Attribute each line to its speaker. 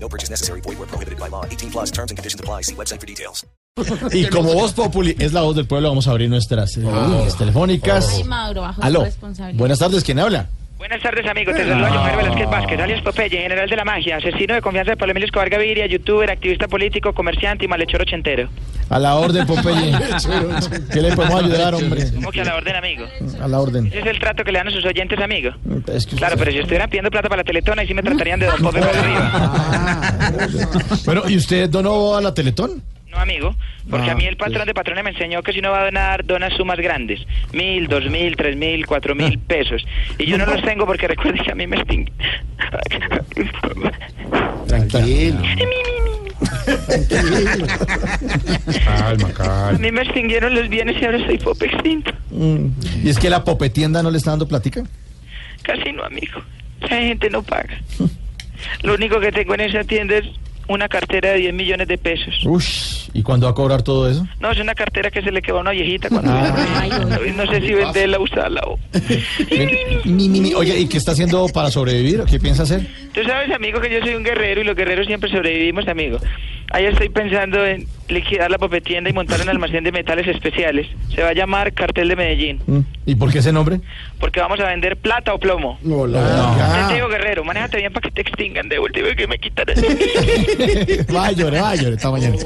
Speaker 1: No purchase necessary. Void where prohibited by law. 18 plus terms and conditions apply. See website for details.
Speaker 2: Y como voz populi es la voz del pueblo, vamos a abrir nuestras eh, líneas telefónicas.
Speaker 3: Ay, Mauro, bajo su
Speaker 2: Aló.
Speaker 3: responsabilidad.
Speaker 2: Buenas tardes, ¿quién habla?
Speaker 4: Buenas tardes, amigos. Te saluda John Javier Velázquez Vázquez, alias Popeye, general de la magia, asesino de confianza de Pablo Emilio Escobar Gaviria, youtuber, activista político, comerciante y malhechor ochentero.
Speaker 2: A la orden, Popeye. ¿Qué le podemos ayudar, hombre?
Speaker 4: ¿Cómo que a la orden, amigo?
Speaker 2: A la orden.
Speaker 4: Ese es el trato que le dan a sus oyentes, amigo.
Speaker 2: Es que usted-
Speaker 4: Claro, pero si estuvieran pidiendo plata para la teletona, ahí sí me tratarían de don Pope para arriba.
Speaker 2: Ah. Bueno, ¿y usted donó a la Teletón?
Speaker 4: No, amigo, porque a mí el patrón de patrones me enseñó que si uno va a donar, dona sumas grandes. Mil, dos mil, tres mil, cuatro mil pesos. Y yo no los tengo porque recuerden que a mí me extinguen.
Speaker 2: Tranquilo.
Speaker 5: Calma,
Speaker 4: A
Speaker 5: calma.
Speaker 4: mí me extinguieron los bienes y ahora soy pop extinto.
Speaker 2: Mm. ¿Y es que la popetienda no le está dando platica?
Speaker 4: Casi no, amigo. La gente no paga. Lo único que tengo en esa tienda es una cartera de 10 millones de pesos.
Speaker 2: Ush, ¿y cuándo va a cobrar todo eso?
Speaker 4: No, es una cartera que se le quedó a una viejita cuando...
Speaker 3: Ay, oye.
Speaker 4: No sé si venderla o usarla o...
Speaker 2: Mi, mi, mi. Oye, ¿y qué está haciendo para sobrevivir? ¿Qué piensa hacer?
Speaker 4: Tú sabes, amigo, que yo soy un guerrero y los guerreros siempre sobrevivimos, amigo. Ahí estoy pensando en liquidar la popetienda y montar un almacén de metales especiales. Se va a llamar Cartel de Medellín,
Speaker 2: Mm, ¿Y por qué ese nombre?
Speaker 4: porque vamos a vender plata o plomo.
Speaker 2: Ah,
Speaker 4: Yo te digo, guerrero, manéjate bien para que te extingan de último y que me quitan el...
Speaker 2: Va a llorar, va a llorar esta mañana.